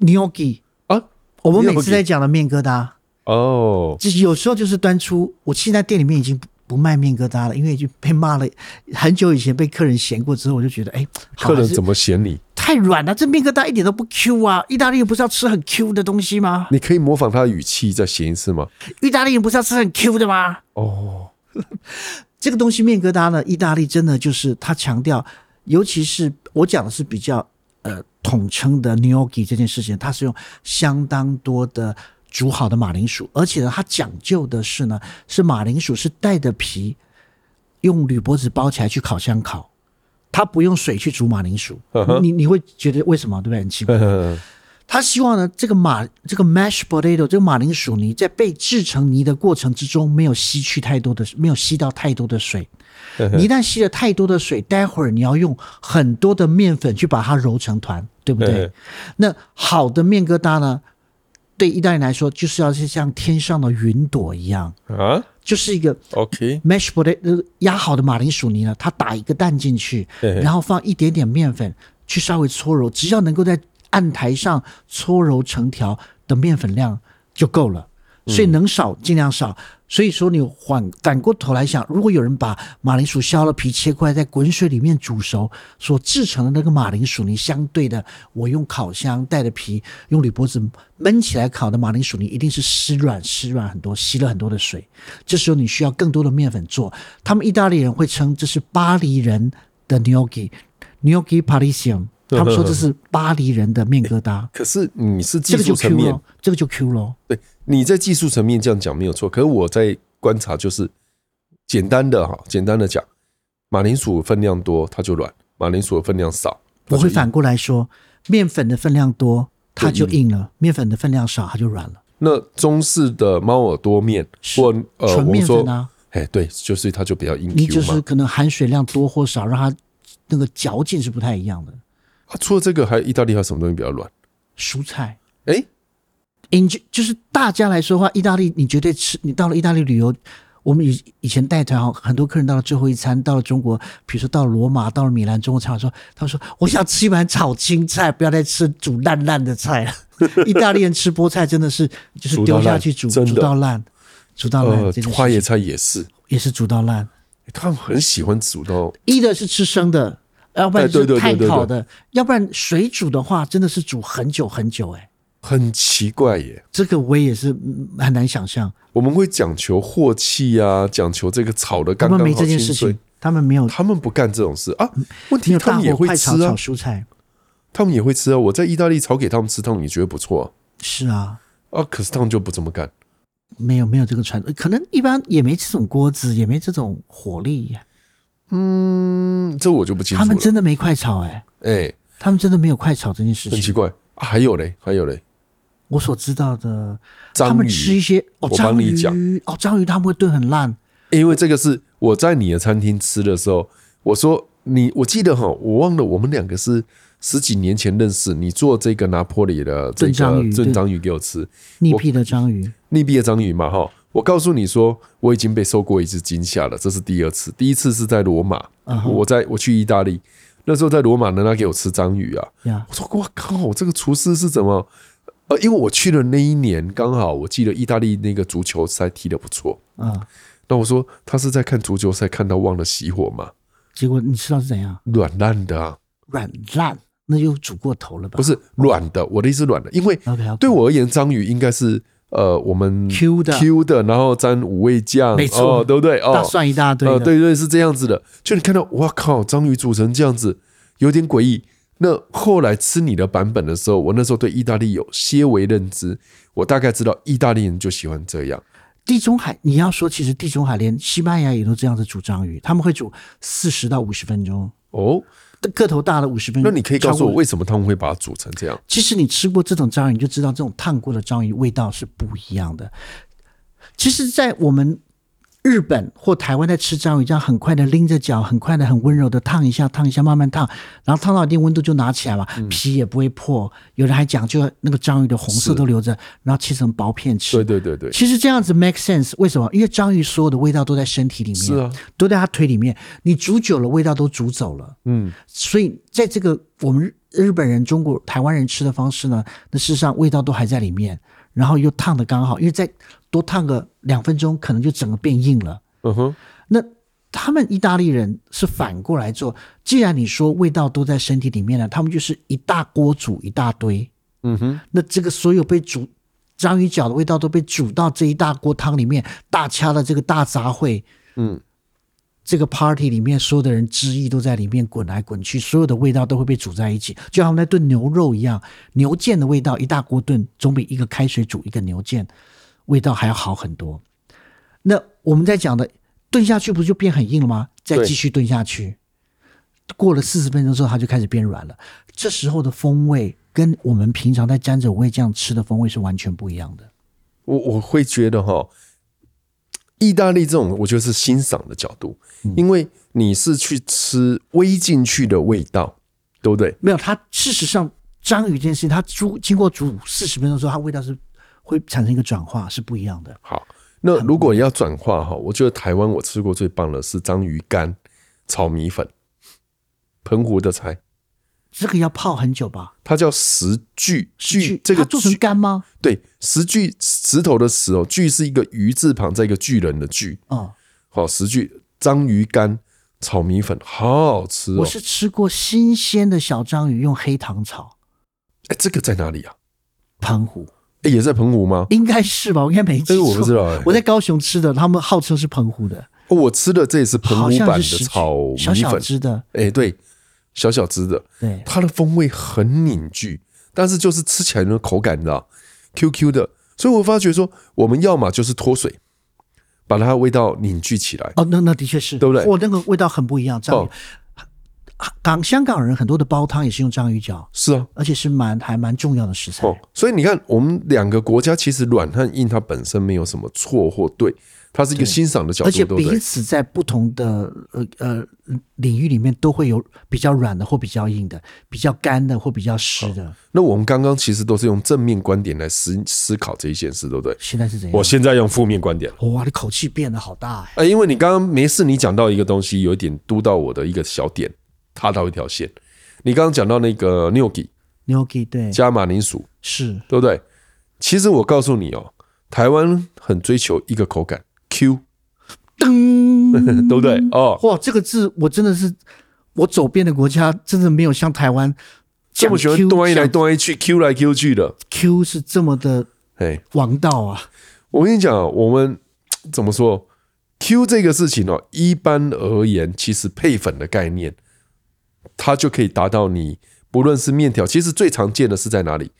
Speaker 2: Gnocchi，
Speaker 1: 啊，
Speaker 2: 我们每
Speaker 1: Gnocchi
Speaker 2: 次在讲的面疙瘩，
Speaker 1: 哦，
Speaker 2: 就是有时候就是端出，我现在店里面已经不不卖面疙瘩了，因为已经被骂了很久以前被客人嫌过之后，我就觉得哎，好
Speaker 1: 客人
Speaker 2: 还是
Speaker 1: 怎么嫌你？
Speaker 2: 太软了，这面疙瘩一点都不 Q 啊！意大利人不是要吃很 Q 的东西吗？
Speaker 1: 你可以模仿他的语气再嫌一次吗？
Speaker 2: 意大利人不是要吃很 Q 的吗？
Speaker 1: 哦，
Speaker 2: 这个东西面疙瘩呢，意大利真的就是它强调，尤其是我讲的是比较呃统称的 gnocchi 这件事情，它是用相当多的煮好的马铃薯，而且呢，它讲究的是呢，是马铃薯是带着皮，用铝箔纸包起来去烤箱烤，它不用水去煮马铃薯。你你会觉得为什么对不对？很奇怪。
Speaker 1: 嗯
Speaker 2: 他希望呢，这个马这个 mash potato 这个马铃薯泥在被制成泥的过程之中，没有吸去太多的，没有吸到太多的水。你一旦吸了太多的水，待会儿你要用很多的面粉去把它揉成团，对不对
Speaker 1: 嗯？
Speaker 2: 那好的面疙瘩呢，对意大利人来说，就是要是像天上的云朵一样，
Speaker 1: 啊
Speaker 2: 就是一个
Speaker 1: ，OK，
Speaker 2: mash potato 呃压好的马铃薯泥呢，它打一个蛋进去，
Speaker 1: 嗯
Speaker 2: 然后放一点点面粉去稍微搓揉，只要能够在案台上搓揉成条的面粉量就够了。所以能少尽量少。所以说你反反过头来想，如果有人把马铃薯削了皮切块，在滚水里面煮熟，所制成的那个马铃薯泥，相对的，我用烤箱带着皮，用铝箔纸焖起来烤的马铃薯泥，一定是湿软湿软很多，吸了很多的水。这时候你需要更多的面粉做。他们意大利人会称这是巴黎人的 gnocchi gnocchi parisian，他们说这是巴黎人的面疙瘩。
Speaker 1: 可是你是 技
Speaker 2: 这个
Speaker 1: 术
Speaker 2: 就
Speaker 1: 层
Speaker 2: Q
Speaker 1: 面
Speaker 2: 咯，，这个就 Q 咯。
Speaker 1: 对，你在技术层面这样讲没有错，可是我在观察，就是简单的哈，简单的讲，马铃薯分量多它就软，马铃薯的分量少，它
Speaker 2: 我
Speaker 1: 就
Speaker 2: 会
Speaker 1: 硬
Speaker 2: 反过来说，面粉的分量多，它
Speaker 1: 就
Speaker 2: 就硬了；面粉的分量少，它就软了。
Speaker 1: 那中式的猫耳多面
Speaker 2: 是
Speaker 1: 或呃，
Speaker 2: 纯
Speaker 1: 我们
Speaker 2: 面
Speaker 1: 说
Speaker 2: 粉，啊，
Speaker 1: 哎，对，就是它就比较硬 Q 嘛。
Speaker 2: 你就是可能含水量多或少，让它那个嚼劲是不太一样的。
Speaker 1: 啊除了这个，还有意大利还有什么东西比较软？
Speaker 2: 蔬菜，
Speaker 1: 哎，
Speaker 2: 你就就是大家来说的话，意大利你绝对吃，你到了意大利旅游。我们以以前带团哦，很多客人到了最后一餐，到了中国，比如说到了罗马，到了米兰，中国餐馆说，他们说我想吃一碗炒青菜，不要再吃煮烂烂的 菜了。意大利人吃菠菜真的是就是
Speaker 1: 煮到
Speaker 2: 丢下
Speaker 1: 烂
Speaker 2: 去煮，
Speaker 1: 真的
Speaker 2: 煮到烂，煮到烂
Speaker 1: 呃
Speaker 2: 这件事，情，
Speaker 1: 花椰菜也是，
Speaker 2: 也是煮到烂。
Speaker 1: 他们很喜欢煮到
Speaker 2: 一的是吃生的，要不然
Speaker 1: 哎对
Speaker 2: 就
Speaker 1: 对对
Speaker 2: 是炭
Speaker 1: 对对
Speaker 2: 烤的，要不然水煮的话，真的是煮很久很久、欸。哎，
Speaker 1: 很奇怪耶。
Speaker 2: 这个我也是嗯很难想象，
Speaker 1: 我们会讲求镬气啊，讲求这个炒的刚
Speaker 2: 他
Speaker 1: 刚
Speaker 2: 们
Speaker 1: 好
Speaker 2: 没这件事
Speaker 1: 清脆
Speaker 2: 情，他们没有
Speaker 1: 他们不干这种事啊。问
Speaker 2: 没
Speaker 1: 题
Speaker 2: 有
Speaker 1: 他
Speaker 2: 大
Speaker 1: 们也
Speaker 2: 火
Speaker 1: 会
Speaker 2: 快炒
Speaker 1: 吃啊
Speaker 2: 炒，蔬菜。
Speaker 1: 他们也会吃啊。我在意大利炒给他们吃，他们也觉得不错
Speaker 2: 是啊，
Speaker 1: 啊。啊可是他们就不这么干。
Speaker 2: 没有没有这个传统，可能一般也没这种锅子，也没这种火力，
Speaker 1: 嗯，这我就不清
Speaker 2: 他
Speaker 1: 楚
Speaker 2: 们
Speaker 1: 了。
Speaker 2: 真的没快炒哎、
Speaker 1: 哎，
Speaker 2: 他们真的没有快炒这件事
Speaker 1: 很奇
Speaker 2: 情。
Speaker 1: 怪。啊还有嘞，还有嘞，
Speaker 2: 我所知道的，
Speaker 1: 章鱼
Speaker 2: 他们吃一些哦
Speaker 1: 我
Speaker 2: 章
Speaker 1: 帮你
Speaker 2: 鱼哦章鱼他们会炖很烂，
Speaker 1: 因为这个是我在你的餐厅吃的时候，我说你，我记得哈，我忘了我们两个是十几年前认识，你做这个拿坡里的这
Speaker 2: 炖章
Speaker 1: 个
Speaker 2: 鱼
Speaker 1: 炖
Speaker 2: 对
Speaker 1: 章鱼给我吃，
Speaker 2: 腻屁的章鱼。
Speaker 1: 利弊的章鱼嘛哈。我告诉你说，我已经被受过一次惊吓了，这是第二次。第一次是在罗马
Speaker 2: 嗯哼
Speaker 1: 我在我去意大利，那时候在罗马呢，他给我吃章鱼啊，
Speaker 2: 呀
Speaker 1: 我说我靠，这个厨师是怎么？呃，因为我去的那一年刚好，我记得意大利那个足球赛踢得不错，
Speaker 2: 啊！
Speaker 1: 那我说他是在看足球赛，看到忘了熄火嘛，
Speaker 2: 结果你知道是怎样？
Speaker 1: 软烂的啊，
Speaker 2: 软烂，那就煮过头了吧？
Speaker 1: 不是软的，我的意思是软的，因为
Speaker 2: ，OK，, o
Speaker 1: 对我而言，章鱼应该是呃我们
Speaker 2: Q 的
Speaker 1: Q 的，然后沾五味酱，
Speaker 2: 没错
Speaker 1: 哦对不对？哦，
Speaker 2: 大蒜一大堆的，
Speaker 1: 呃，对对是这样子的。就你看到，哇靠，章鱼煮成这样子，有点诡异。那后来吃你的版本的时候，我那时候对意大利有些微认知，我大概知道意大利人就喜欢这样。
Speaker 2: 地中海你要说，其实地中海连西班牙也都这样子煮章鱼，他们会煮四十到五十分钟，
Speaker 1: 哦，
Speaker 2: 个头大的五十分
Speaker 1: 那
Speaker 2: 钟。
Speaker 1: 你可以告诉我
Speaker 2: 超过，
Speaker 1: 为什么嗯他们会把它煮成这样？
Speaker 2: 其实你吃过这种章鱼，你就知道这种烫过的章鱼味道是不一样的。其实，在我们日本或台湾在吃章鱼，这样很快的拎着脚，很快的、很温柔的烫一下、烫一下，慢慢烫，然后烫到一定温度就拿起来嘛，
Speaker 1: 嗯
Speaker 2: 皮也不会破。有人还讲究那个章鱼的红色都留着，然后切成薄片吃。
Speaker 1: 对对对对，
Speaker 2: 其实这样子 make sense，为什么？因为章鱼所有的味道都在身体里面，
Speaker 1: 是啊，
Speaker 2: 都在它腿里面。你煮久了，味道都煮走了。
Speaker 1: 嗯，
Speaker 2: 所以在这个我们日日本人、中国、台湾人吃的方式呢，那事实上味道都还在里面，然后又烫的刚好，因为再多烫个两分钟，可能就整个变硬了。
Speaker 1: 嗯哼，
Speaker 2: 那他们意大利人是反过来做，既然你说味道都在身体里面了，他们就是一大锅煮一大堆，
Speaker 1: 嗯哼，
Speaker 2: 那这个所有被煮章鱼脚的味道都被煮到这一大锅汤里面，大掐了这个大杂烩，
Speaker 1: 嗯，
Speaker 2: 这个 party 里面所有的人汁液都在里面滚来滚去，所有的味道都会被煮在一起，就像我们在炖牛肉一样，牛腱的味道一大锅炖，总比一个开水煮一个牛腱味道还要好很多。那我们在讲的炖下去不就变很硬了吗？再
Speaker 1: 对
Speaker 2: 继续炖下去，过了四十分钟之后，它就开始变软了。这时候的风味跟我们平常在沾着五味酱吃的风味是完全不一样的。
Speaker 1: 我我会觉得哈，意大利这种我觉得是欣赏的角度，因为你是去吃微进去的味道，对不对？
Speaker 2: 没有，它事实上章鱼这件事情，它煮经过煮四十分钟之后，它味道是会产生一个转化，是不一样的。
Speaker 1: 好，那
Speaker 2: 嗯
Speaker 1: 如果要转化哈，我觉得台湾我吃过最棒的是章鱼干炒米粉，澎湖的菜，
Speaker 2: 这个要泡很久吧？
Speaker 1: 它叫石锯锯
Speaker 2: 去，
Speaker 1: 这个嗯
Speaker 2: 它做成
Speaker 1: 锯
Speaker 2: 干吗？
Speaker 1: 对石锯石头的石哦，锯是一个鱼字旁再一个巨人的巨，
Speaker 2: 哦，
Speaker 1: 好、石锯章鱼干炒米粉好好吃哦
Speaker 2: 我，是吃过新鲜的小章鱼，用黑糖炒
Speaker 1: 哎，这个在哪里啊？
Speaker 2: 澎湖，
Speaker 1: 哎，也在澎湖吗？
Speaker 2: 应该是吧？我应该没记
Speaker 1: 哎，
Speaker 2: 错。
Speaker 1: 我不知道哎、
Speaker 2: 我在高雄吃的，他们号称是澎湖的，
Speaker 1: 哦我吃的这也是澎
Speaker 2: 好
Speaker 1: 湖版
Speaker 2: 像
Speaker 1: 的
Speaker 2: 是十
Speaker 1: 炒米
Speaker 2: 小小
Speaker 1: 粉，
Speaker 2: 只的，
Speaker 1: 哎，对，小小只的，
Speaker 2: 对，
Speaker 1: 它的风味很凝聚，但是就是吃起来的口感，你知道，Q Q 的。所以我发觉说，我们要么就是脱水，把它的味道凝聚起来。
Speaker 2: 哦，那那的确是，
Speaker 1: 对不对
Speaker 2: 我那个味道很不一样，章鱼啊
Speaker 1: 哦。
Speaker 2: 港香港人很多的煲汤也是用章鱼脚，
Speaker 1: 是啊，
Speaker 2: 而且是蛮还蛮重要的食材。
Speaker 1: 哦，所以你看，我们两个国家其实软和硬，它本身没有什么错或对，它是一个欣赏的角
Speaker 2: 而
Speaker 1: 度，
Speaker 2: 且
Speaker 1: 对不
Speaker 2: 彼
Speaker 1: 对？
Speaker 2: 此在不同的呃呃领域里面都会有比较软的或比较硬的，比较干的或比较湿的。
Speaker 1: 那我们刚刚其实都是用正面观点来思思考这一件事，对不对？
Speaker 2: 现在是怎样
Speaker 1: 我？现在用负面观点了。
Speaker 2: 哇，你口气变得好大哎！
Speaker 1: 呃，因为你刚刚没事，你讲到一个东西，有一点嘟到我的一个小点，踏到一条线。你刚刚讲到那个 gnocchi
Speaker 2: 牛给对
Speaker 1: 加马铃薯，
Speaker 2: 是
Speaker 1: 对不对？其实我告诉你哦，台湾很追求一个口感 Q，
Speaker 2: 噔，
Speaker 1: 对不对？哦，
Speaker 2: 哇，这个字我真的是我走遍的国家真的没有像台湾
Speaker 1: 这么喜欢端一来
Speaker 2: 讲 Q，
Speaker 1: 端一去，Q 来 Q 去的。
Speaker 2: 讲 Q 是这么的
Speaker 1: 哎，
Speaker 2: 王道啊！
Speaker 1: 我跟你讲哦，我们怎么说 Q 这个事情哦，一般而言，其实配粉的概念，它就可以达到你不论是面条，其实最常见的是在哪里？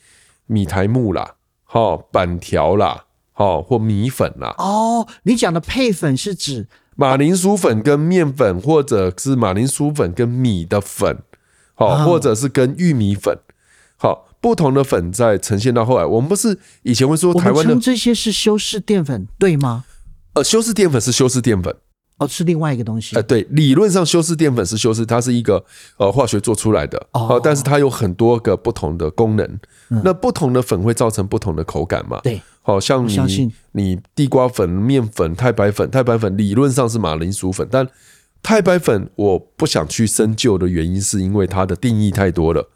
Speaker 1: 米苔木啦，好、板条啦，好、或米粉啦，
Speaker 2: 哦，你讲的配粉是指
Speaker 1: 马铃薯粉跟面粉，或者是马铃薯粉跟米的粉，好、
Speaker 2: 啊
Speaker 1: 或者是跟玉米粉，好、不同的粉在呈现到后来，我们不是以前会说
Speaker 2: 我
Speaker 1: 台
Speaker 2: 们
Speaker 1: 湾的
Speaker 2: 称这些是修饰淀粉，对吗？
Speaker 1: 呃修饰淀粉是修饰淀粉，
Speaker 2: 哦，是另外一个东西
Speaker 1: 呃，。对，理论上修饰淀粉是修饰，它是一个呃化学做出来的，
Speaker 2: 哦嗯
Speaker 1: 呃但是它有很多个不同的功能。那不同的粉会造成不同的口感嘛？
Speaker 2: 对，
Speaker 1: 好、像
Speaker 2: 我相
Speaker 1: 你
Speaker 2: 信
Speaker 1: 你地瓜粉、面粉、太白粉，太白粉理论上是马铃薯粉，但太白粉我不想去深究的原因，是因为它的定义太多了。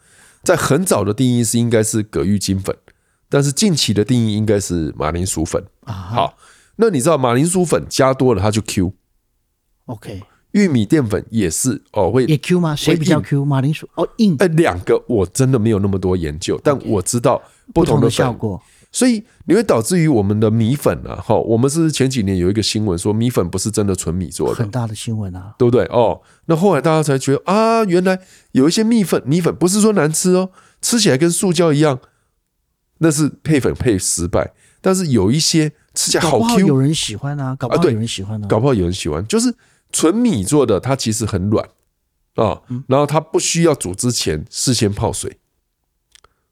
Speaker 1: 在很早的定义是应该是葛玉金粉，但是近期的定义应该是马铃薯粉。
Speaker 2: 啊哈
Speaker 1: 好，那你知道马铃薯粉加多了它就 Q，
Speaker 2: OK，
Speaker 1: 玉米淀粉也是哦，会
Speaker 2: 也 Q 吗？谁比较
Speaker 1: 硬
Speaker 2: Q？马铃薯哦，硬
Speaker 1: 呃两个我真的没有那么多研究，但我知道不
Speaker 2: 不
Speaker 1: 同
Speaker 2: 同
Speaker 1: 的
Speaker 2: 的
Speaker 1: 粉
Speaker 2: 效，果。
Speaker 1: 所以你会导致于我们的米粉啊，哈，我们是前几年有一个新闻说米粉不是真的纯米做的
Speaker 2: 很。大的新闻啊！
Speaker 1: 对不对？哦，那后来大家才觉得啊，原来有一些米粉，米粉不是说难吃哦，吃起来跟塑胶一样，那是配粉配失败。但是有一些吃起来
Speaker 2: 搞
Speaker 1: 好
Speaker 2: 不好
Speaker 1: Q，
Speaker 2: 有人喜欢啊，搞不
Speaker 1: 啊
Speaker 2: 好
Speaker 1: 对
Speaker 2: 有人喜欢啊。
Speaker 1: 搞不好有人喜欢，就是纯米做的，它其实很软啊、然后它不需要煮之前事先泡水。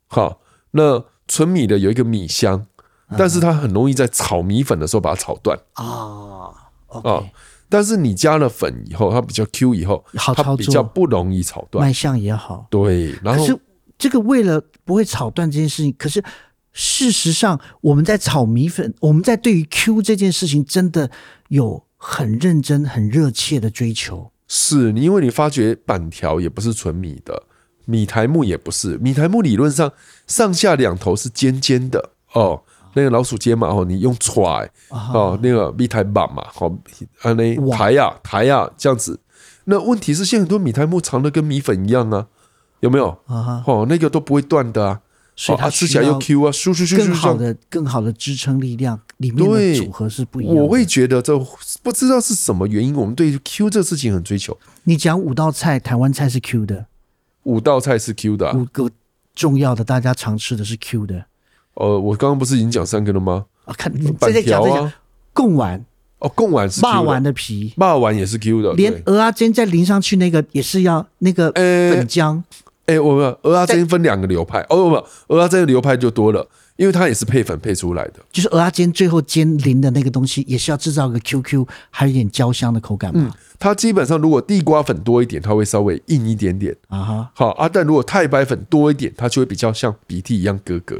Speaker 1: 好，那纯米的有一个米香，
Speaker 2: 嗯
Speaker 1: 但是它很容易在炒米粉的时候把它炒断。
Speaker 2: 啊
Speaker 1: 哦
Speaker 2: ，OK，
Speaker 1: 但是你加了粉以后，它比较 Q 以后，
Speaker 2: 好操
Speaker 1: 它
Speaker 2: 作
Speaker 1: 比较不容易炒断。
Speaker 2: 卖相也好。
Speaker 1: 对，然
Speaker 2: 可
Speaker 1: 后
Speaker 2: 是这个为了不会炒断这件事情，可是事实上我们在炒米粉，我们在对于 Q 这件事情真的有很认真、很热切的追求。
Speaker 1: 是因为你发觉板条也不是纯米的，米苔木也不是，米苔木理论上上下两头是尖尖的哦。那个老鼠尖嘛，哦，你用踹哦，那个米苔板嘛，好、哦，啊那
Speaker 2: 啊哇
Speaker 1: 台呀台呀这样子。那问题是，现在很多米苔木长的跟米粉一样啊，有没有？
Speaker 2: 啊哈
Speaker 1: 哦，那个都不会断的啊。
Speaker 2: 所以
Speaker 1: 啊，
Speaker 2: 它
Speaker 1: 吃
Speaker 2: 需
Speaker 1: 起来又
Speaker 2: 要
Speaker 1: Q 啊，咻咻咻咻
Speaker 2: 更
Speaker 1: 咻这
Speaker 2: 好
Speaker 1: 样。
Speaker 2: 的、更好的支撑力量，里面
Speaker 1: 对
Speaker 2: 的组合是不一样的。
Speaker 1: 我会觉得这不知道是什么原因，我们对 Q 这事情很追求。
Speaker 2: 你讲五道菜，台湾菜是 Q 的，
Speaker 1: 五道菜是 Q 的啊、
Speaker 2: 五个重要的大家常吃的是 Q 的。
Speaker 1: 呃，我刚刚不是已经讲三个了吗？
Speaker 2: 啊，看你
Speaker 1: 板
Speaker 2: 再再讲
Speaker 1: 条
Speaker 2: 再
Speaker 1: 啊
Speaker 2: 讲，贡丸、
Speaker 1: 哦，贡丸是 Q
Speaker 2: 霸
Speaker 1: 的，
Speaker 2: 丸的皮，
Speaker 1: 霸丸也是 Q 的，
Speaker 2: 连
Speaker 1: 对
Speaker 2: 鹅啊煎再淋上去那个也是要那个
Speaker 1: 呃
Speaker 2: 粉浆，
Speaker 1: 哎、我们鹅阿珍分两个流派，哦不不，鹅阿珍的流派就多了，因为它也是配粉配出来的。
Speaker 2: 就是鹅啊煎最后煎淋的那个东西，也是要制造个 QQ，还有一点焦香的口感嘛。
Speaker 1: 它基本上如果地瓜粉多一点，它会稍微硬一点点。
Speaker 2: 啊哈，
Speaker 1: 好啊，但如果太白粉多一点，它就会比较像鼻涕一样格格。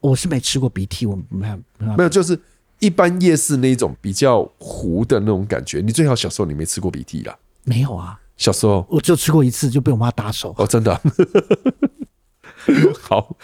Speaker 2: 我是没吃过鼻涕，我没有没有
Speaker 1: 没有，就是一般夜市那种比较糊的那种感觉。你最好小时候你没吃过鼻涕啦，
Speaker 2: 没有啊，
Speaker 1: 小时候
Speaker 2: 我就吃过一次就被我妈打手。
Speaker 1: 哦， 真的啊、好，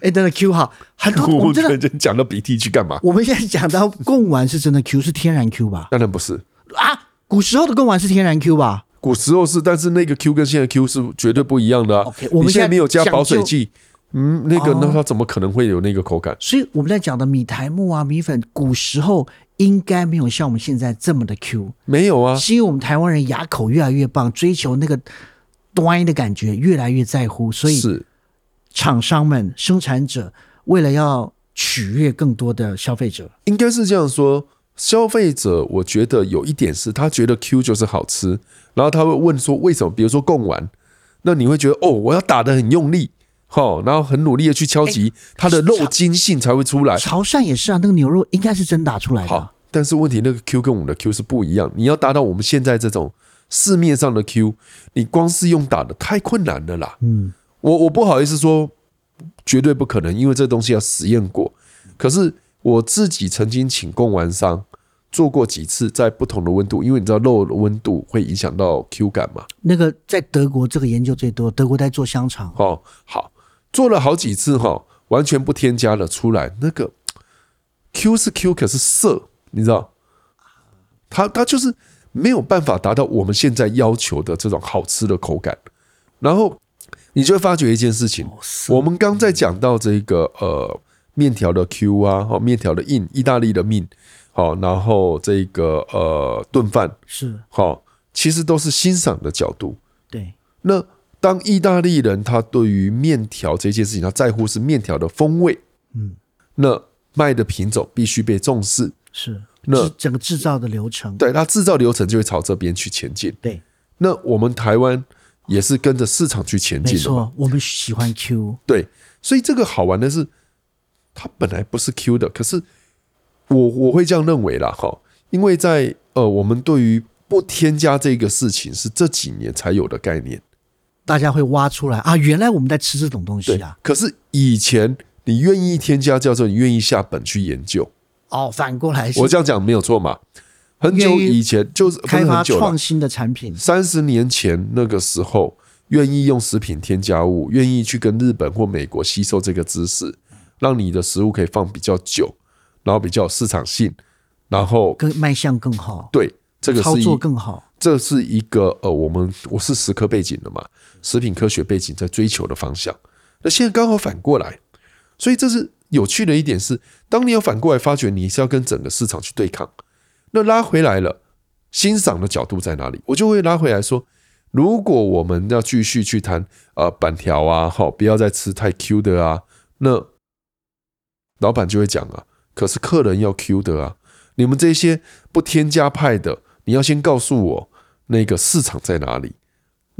Speaker 2: 哎，等等 Q 哈，很多 我
Speaker 1: 我
Speaker 2: 们
Speaker 1: 突
Speaker 2: 真
Speaker 1: 然
Speaker 2: 的，
Speaker 1: 间讲到鼻涕去干嘛？
Speaker 2: 我们现在讲到贡丸是真的 Q，是天然 Q 吧？
Speaker 1: 当然不是，
Speaker 2: 啊，古时候的贡丸是天然 Q 吧？
Speaker 1: 古时候是，但是那个 Q 跟现在 Q 是绝对不一样的、啊。
Speaker 2: OK，我们
Speaker 1: 你现
Speaker 2: 现
Speaker 1: 在
Speaker 2: 在
Speaker 1: 没有加
Speaker 2: 讲究哦
Speaker 1: 保水剂，嗯，那个、那它怎么可能会有那个口感？
Speaker 2: 所以我们在讲的米苔木啊、米粉，古时候应该没有像我们现在这么的 Q，
Speaker 1: 没有啊，
Speaker 2: 是因为我们台湾人牙口越来越棒，追求那个端的感觉越来越在乎，所以
Speaker 1: 是
Speaker 2: 厂商们、生产者为了要取悦更多的消费者，
Speaker 1: 应该是这样说。消费者，我觉得有一点是他觉得 Q 就是好吃，然后他会问说为什么？比如说贡丸，那你会觉得哦，我要打得很用力，好，然后很努力的去敲击，
Speaker 2: 哎
Speaker 1: 它的肉筋性才会出来。
Speaker 2: 潮汕也是啊，那个牛肉应该是真打出来的啊
Speaker 1: 哎好。，但是问题那个 Q 跟我们的 Q 是不一样。你要达到我们现在这种市面上的 Q，你光是用打的太困难了啦。
Speaker 2: 嗯，
Speaker 1: 我我不好意思说绝对不可能，因为这东西要实验过。可是我自己曾经请供完商做过几次，在不同的温度，因为你知道肉的温度会影响到 Q 感嘛。
Speaker 2: 那个在德国这个研究最多，德国在做香肠，
Speaker 1: 哦，好，做了好几次哈、哦，完全不添加了出来，那个 Q 是 Q，可是涩，你知道，它它就是没有办法达到我们现在要求的这种好吃的口感。然后你就会发觉一件事情，我们刚在讲到这个呃面条的 Q 啊，哦面条的硬，意大利的面，好、然后这个呃炖饭，
Speaker 2: 是
Speaker 1: 好、其实都是欣赏的角度。
Speaker 2: 对，
Speaker 1: 那当意大利人他对于面条这件事情，他在乎是面条的风味，
Speaker 2: 嗯，
Speaker 1: 那麦的品种必须被重视，
Speaker 2: 是
Speaker 1: 那
Speaker 2: 制整个制造的流程，
Speaker 1: 对它制造流程就会朝这边去前进。
Speaker 2: 对，
Speaker 1: 那我们台湾也是跟着市场去前
Speaker 2: 没
Speaker 1: 进的嘛，
Speaker 2: 错，我们喜欢 Q。
Speaker 1: 对，所以这个好玩的是，它本来不是 Q 的，可是我我会这样认为啦，哈，因为在呃，我们对于不添加这个事情是这几年才有的概念。
Speaker 2: 大家会挖出来啊，原来我们在吃这种东西
Speaker 1: 对
Speaker 2: 啊。
Speaker 1: 可是以前你愿意添加叫做你愿意下本去研究，
Speaker 2: 哦，反过来是
Speaker 1: 我这样讲没有错嘛？很久
Speaker 2: 愿意
Speaker 1: 以前就是不是
Speaker 2: 开发
Speaker 1: 很久了
Speaker 2: 创，新的产品，
Speaker 1: 三十年前那个时候，愿意用食品添加物，愿意去跟日本或美国吸收这个知识，让你的食物可以放比较久，然后比较有市场性，然后
Speaker 2: 更卖相更好，
Speaker 1: 对这个
Speaker 2: 操
Speaker 1: 是一
Speaker 2: 作更好。
Speaker 1: 这是一个呃，我们我是食科背景的嘛，食品科学背景在追求的方向。那现在刚好反过来，所以这是有趣的一点是，当你要反过来发觉你是要跟整个市场去对抗，那拉回来了，欣赏的角度在哪里？我就会拉回来说，如果我们要继续去谈呃板条啊，好，不要再吃太 Q 的啊，那老板就会讲啊，可是客人要 Q 的啊，你们这些不添加派的，你要先告诉我那个市场在哪里。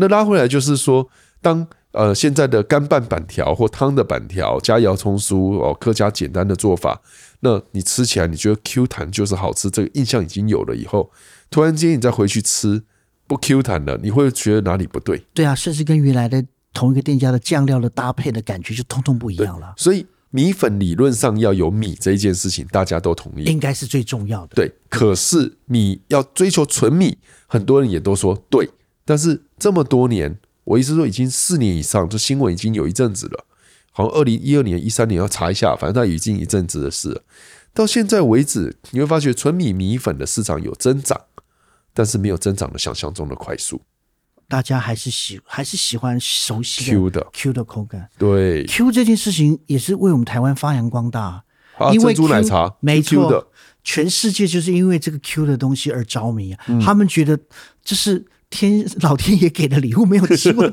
Speaker 1: 那拉回来就是说，当呃现在的干拌板条或汤的板条加洋葱酥哦，客家简单的做法，那你吃起来你觉得 Q 弹就是好吃，这个印象已经有了以后，突然间你再回去吃不 Q 弹了，你会觉得哪里不对。
Speaker 2: 对啊，甚至跟原来的同一个店家的酱料的搭配的感觉就通通不一样了，
Speaker 1: 所以米粉理论上要有米这一件事情，大家都同意。
Speaker 2: 应该是最重要的。
Speaker 1: 对，可是米要追求纯米，很多人也都说对，但是这么多年，我意思说已经四年以上，这新闻已经有一阵子了，好像二零一二年、一三年要查一下，反正它已经一阵子的事了。到现在为止，你会发觉纯米米粉的市场有增长，但是没有增长的想象中的快速。
Speaker 2: 大家还是喜还是喜欢熟悉
Speaker 1: Q 的
Speaker 2: Q 的口感。
Speaker 1: 对，
Speaker 2: Q 这件事情也是为我们台湾发扬光大，
Speaker 1: 啊
Speaker 2: 因
Speaker 1: 珍
Speaker 2: 为
Speaker 1: 珠
Speaker 2: Q-
Speaker 1: 奶茶
Speaker 2: 没
Speaker 1: 是 Q
Speaker 2: 错
Speaker 1: 的
Speaker 2: 全世界就是因为这个 Q 的东西而着迷啊。
Speaker 1: 嗯
Speaker 2: 他们觉得这是天老天爷给的礼物，没有吃 过，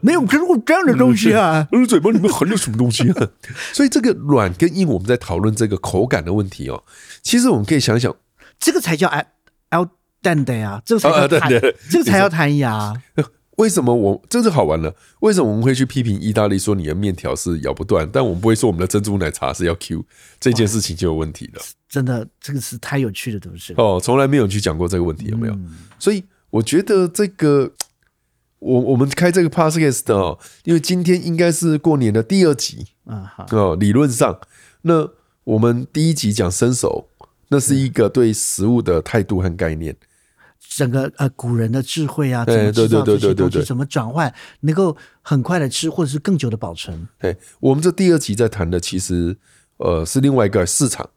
Speaker 2: 没有吃过这样的东西啊。
Speaker 1: 呃，嘴巴里面含着什么东西、啊？所以这个软跟硬，我们在讨论这个口感的问题哦。其实我们可以想想，
Speaker 2: 这个才叫 L L 蛋的呀，这个才
Speaker 1: 啊啊
Speaker 2: 叫弹
Speaker 1: 对对对，
Speaker 2: 这个才叫啊弹牙。
Speaker 1: 为什么我这就好玩了？为什么我们会去批评意大利说你的面条是咬不断，但我们不会说我们的珍珠奶茶是要 Q 这件事情就有问题了。
Speaker 2: 真的，这个是太有趣的东西了。
Speaker 1: 哦，从来没有去讲过这个问题，有没有？
Speaker 2: 嗯
Speaker 1: 所以我觉得这个，我我们开这个 podcast 哦，因为今天应该是过年的第二集，
Speaker 2: 啊好，
Speaker 1: 哦，理论上，那我们第一集讲生熟，那是一个对食物的态度和概念。
Speaker 2: 整个呃古人的智慧啊，
Speaker 1: 哎
Speaker 2: 怎么制
Speaker 1: 对
Speaker 2: 造
Speaker 1: 对
Speaker 2: 这
Speaker 1: 对
Speaker 2: 些
Speaker 1: 对
Speaker 2: 东
Speaker 1: 对
Speaker 2: 西，
Speaker 1: 对
Speaker 2: 怎么转换，能够很快的吃，或者是更久的保存。
Speaker 1: 哎，我们这第二集在谈的其实呃是另外一个市场。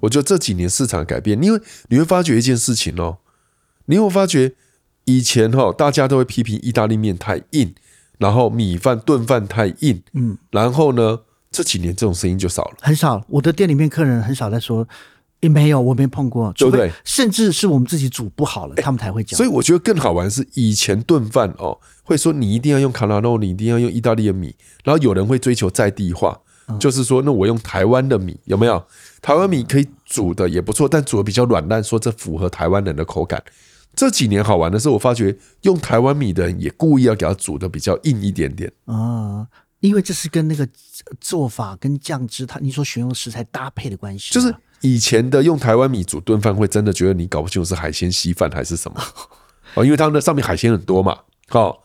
Speaker 1: 我觉得这几年市场改变，因为你会发觉一件事情哦，你会发觉以前哈、哦、大家都会批评意大利面太硬，然后米饭炖饭太硬，嗯，然后呢这几年这种声音就少了。
Speaker 2: 很少，我的店里面客人很少在说，也没有，我没碰
Speaker 1: 对
Speaker 2: 过，除
Speaker 1: 不
Speaker 2: 非
Speaker 1: 对
Speaker 2: 甚至是我们自己煮不好了，他们才会讲
Speaker 1: 所。以我觉得更好玩是以前炖饭哦，会说你一定要用卡拉诺，你一定要用意大利的米，然后有人会追求在地化，就是说那我用台湾的米有没有？台湾米可以煮的也不错，但煮的比较软烂，说这符合台湾人的口感。这几年好玩的是，我发觉用台湾米的人也故意要给它煮的比较硬一点点。
Speaker 2: 啊、因为这是跟那个呃做法跟酱汁，它你所选用的食材搭配的关系啊、
Speaker 1: 就是以前的用台湾米煮炖饭，会真的觉得你搞不清楚是海鲜稀饭还是什么哦，因为它那上面海鲜很多嘛。哦好、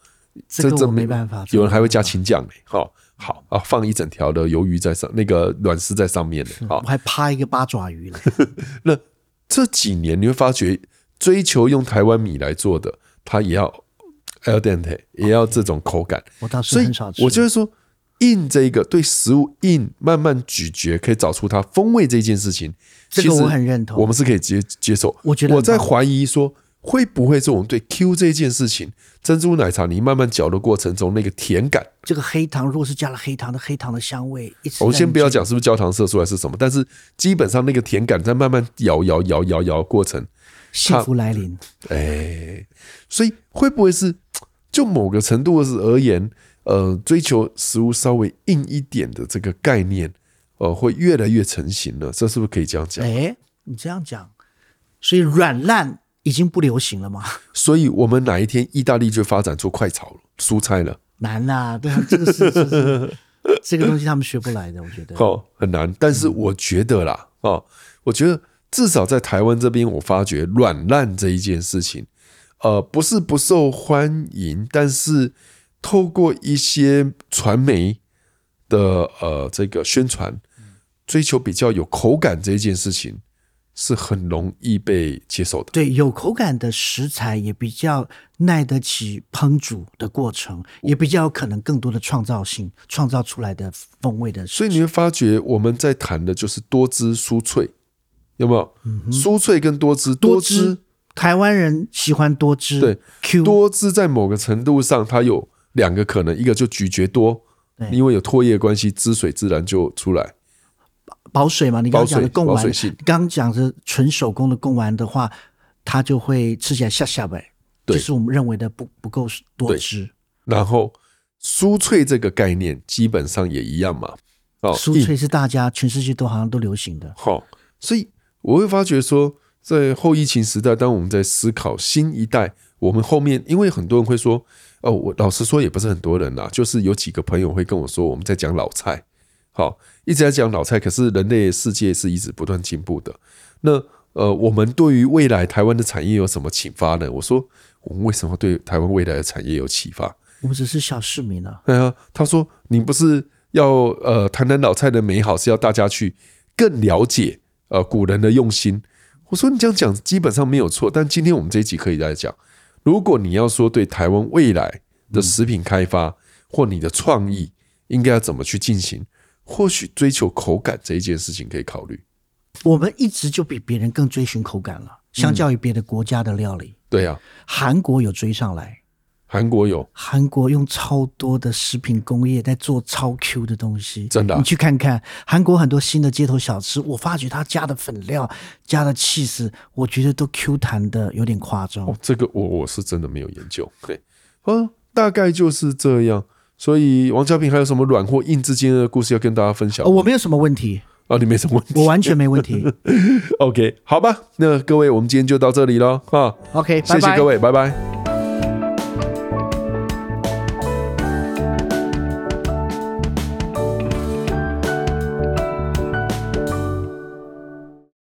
Speaker 2: 这个
Speaker 1: 这
Speaker 2: 我
Speaker 1: 没
Speaker 2: 没办法。
Speaker 1: 有人还会加青酱呢、好、好啊，放一整条的鱿鱼在上，那个卵丝在上面呢、好、
Speaker 2: 我还趴一个八爪 鱼嘞，
Speaker 1: 那这几年你会发觉，追求用台湾米来做的，它也要 al dente，也要这种口感。
Speaker 2: 我倒是
Speaker 1: 所以
Speaker 2: 很少吃。
Speaker 1: 我就是说，硬这一个对食物硬慢慢咀嚼，可以找出它风味这件事情，
Speaker 2: 这个
Speaker 1: 其实
Speaker 2: 我很认同
Speaker 1: 我们是可以接接受。
Speaker 2: 我觉得很
Speaker 1: 我在
Speaker 2: 棒
Speaker 1: 怀疑说，会不会是我们对 Q 这件事情，珍珠奶茶你慢慢嚼的过程中那个甜感。
Speaker 2: 这个黑糖，如果是加了黑糖的黑糖的香味，一直在
Speaker 1: 我们先
Speaker 2: 你
Speaker 1: 不要
Speaker 2: 嘴
Speaker 1: 讲是不是焦糖色素还是什么，但是基本上那个甜感在慢慢摇摇摇摇摇过程，
Speaker 2: 幸福来临。
Speaker 1: 哎，所以会不会是就某个程度是而言，呃，追求食物稍微硬一点的这个概念，呃，会越来越成型了？这是不是可以这样讲？
Speaker 2: 哎，你这样讲，所以软烂已经不流行了吗？
Speaker 1: 所以我们哪一天意大利就发展出快炒蔬菜了？
Speaker 2: 难啦，对啊，这个是这是这个东西他们学不来的，我觉得。
Speaker 1: 哦，很难。但是我觉得啦，哦，我觉得至少在台湾这边，我发觉软烂这一件事情，呃，不是不受欢迎，但是透过一些传媒的呃这个宣传，追求比较有口感这一件事情，是很容易被接受的。
Speaker 2: 对，有口感的食材也比较耐得起烹煮的过程，也比较有可能更多的创造性，创造出来的风味的。
Speaker 1: 所以你会发觉我们在谈的就是多汁酥脆，有没有？酥脆跟多汁，多汁
Speaker 2: 汁，台湾人喜欢多汁，
Speaker 1: 对
Speaker 2: ，Q
Speaker 1: 多汁在某个程度上，它有两个可能，一个就咀嚼多
Speaker 2: 对，
Speaker 1: 因为有唾液的关系，汁水自然就出来。
Speaker 2: 保水嘛，你刚刚讲的
Speaker 1: 保水
Speaker 2: 贡
Speaker 1: 保
Speaker 2: 丸
Speaker 1: 水性，
Speaker 2: 刚讲的纯手工的贡丸的话，它就会吃起来下下呗，
Speaker 1: 对
Speaker 2: 就是我们认为的不不够多
Speaker 1: 对
Speaker 2: 汁，
Speaker 1: 然后酥脆这个概念基本上也一样嘛，哦，
Speaker 2: 酥
Speaker 1: 硬
Speaker 2: 脆是大家全世界都好像都流行的。
Speaker 1: 好、所以我会发觉说，在后疫情时代，当我们在思考新一代，我们后面因为很多人会说，哦，我老实说也不是很多人啦，就是有几个朋友会跟我说，我们在讲老菜，好、一直在讲老菜，可是人类世界是一直不断进步的。那呃，我们对于未来台湾的产业有什么启发呢？我说，我们为什么对台湾未来的产业有启发？
Speaker 2: 我们只是小市民啊，
Speaker 1: 对啊，他说你不是要呃谈谈老菜的美好，是要大家去更了解呃古人的用心。我说你这样讲基本上没有错，但今天我们这一集可以来讲，如果你要说对台湾未来的食品开发、或你的创意应该要怎么去进行，或许追求口感这一件事情可以考虑。
Speaker 2: 我们一直就比别人更
Speaker 1: 嗯
Speaker 2: 追寻口感了，相较于别的国家的料理，
Speaker 1: 对啊，
Speaker 2: 韩国有追上来，
Speaker 1: 韩国有
Speaker 2: 韩国用超多的食品工业在做超 Q 的东西，
Speaker 1: 真的啊
Speaker 2: 你去看看韩国很多新的街头小吃，我发觉它加的粉料、加的 cheese，我觉得都 Q 弹的有点夸张。
Speaker 1: 哦，这个我我是真的没有研究。对，啊，大概就是这样。所以王家平还有什么软或硬之间的故事要跟大家分享
Speaker 2: 哦，？我没有什么问题，
Speaker 1: 啊，你没什么问题。
Speaker 2: 我完全没问题。
Speaker 1: OK，好吧，那各位，我们今天就到这里了哈。
Speaker 2: OK，拜
Speaker 1: 谢
Speaker 2: 拜
Speaker 1: 谢各位，拜拜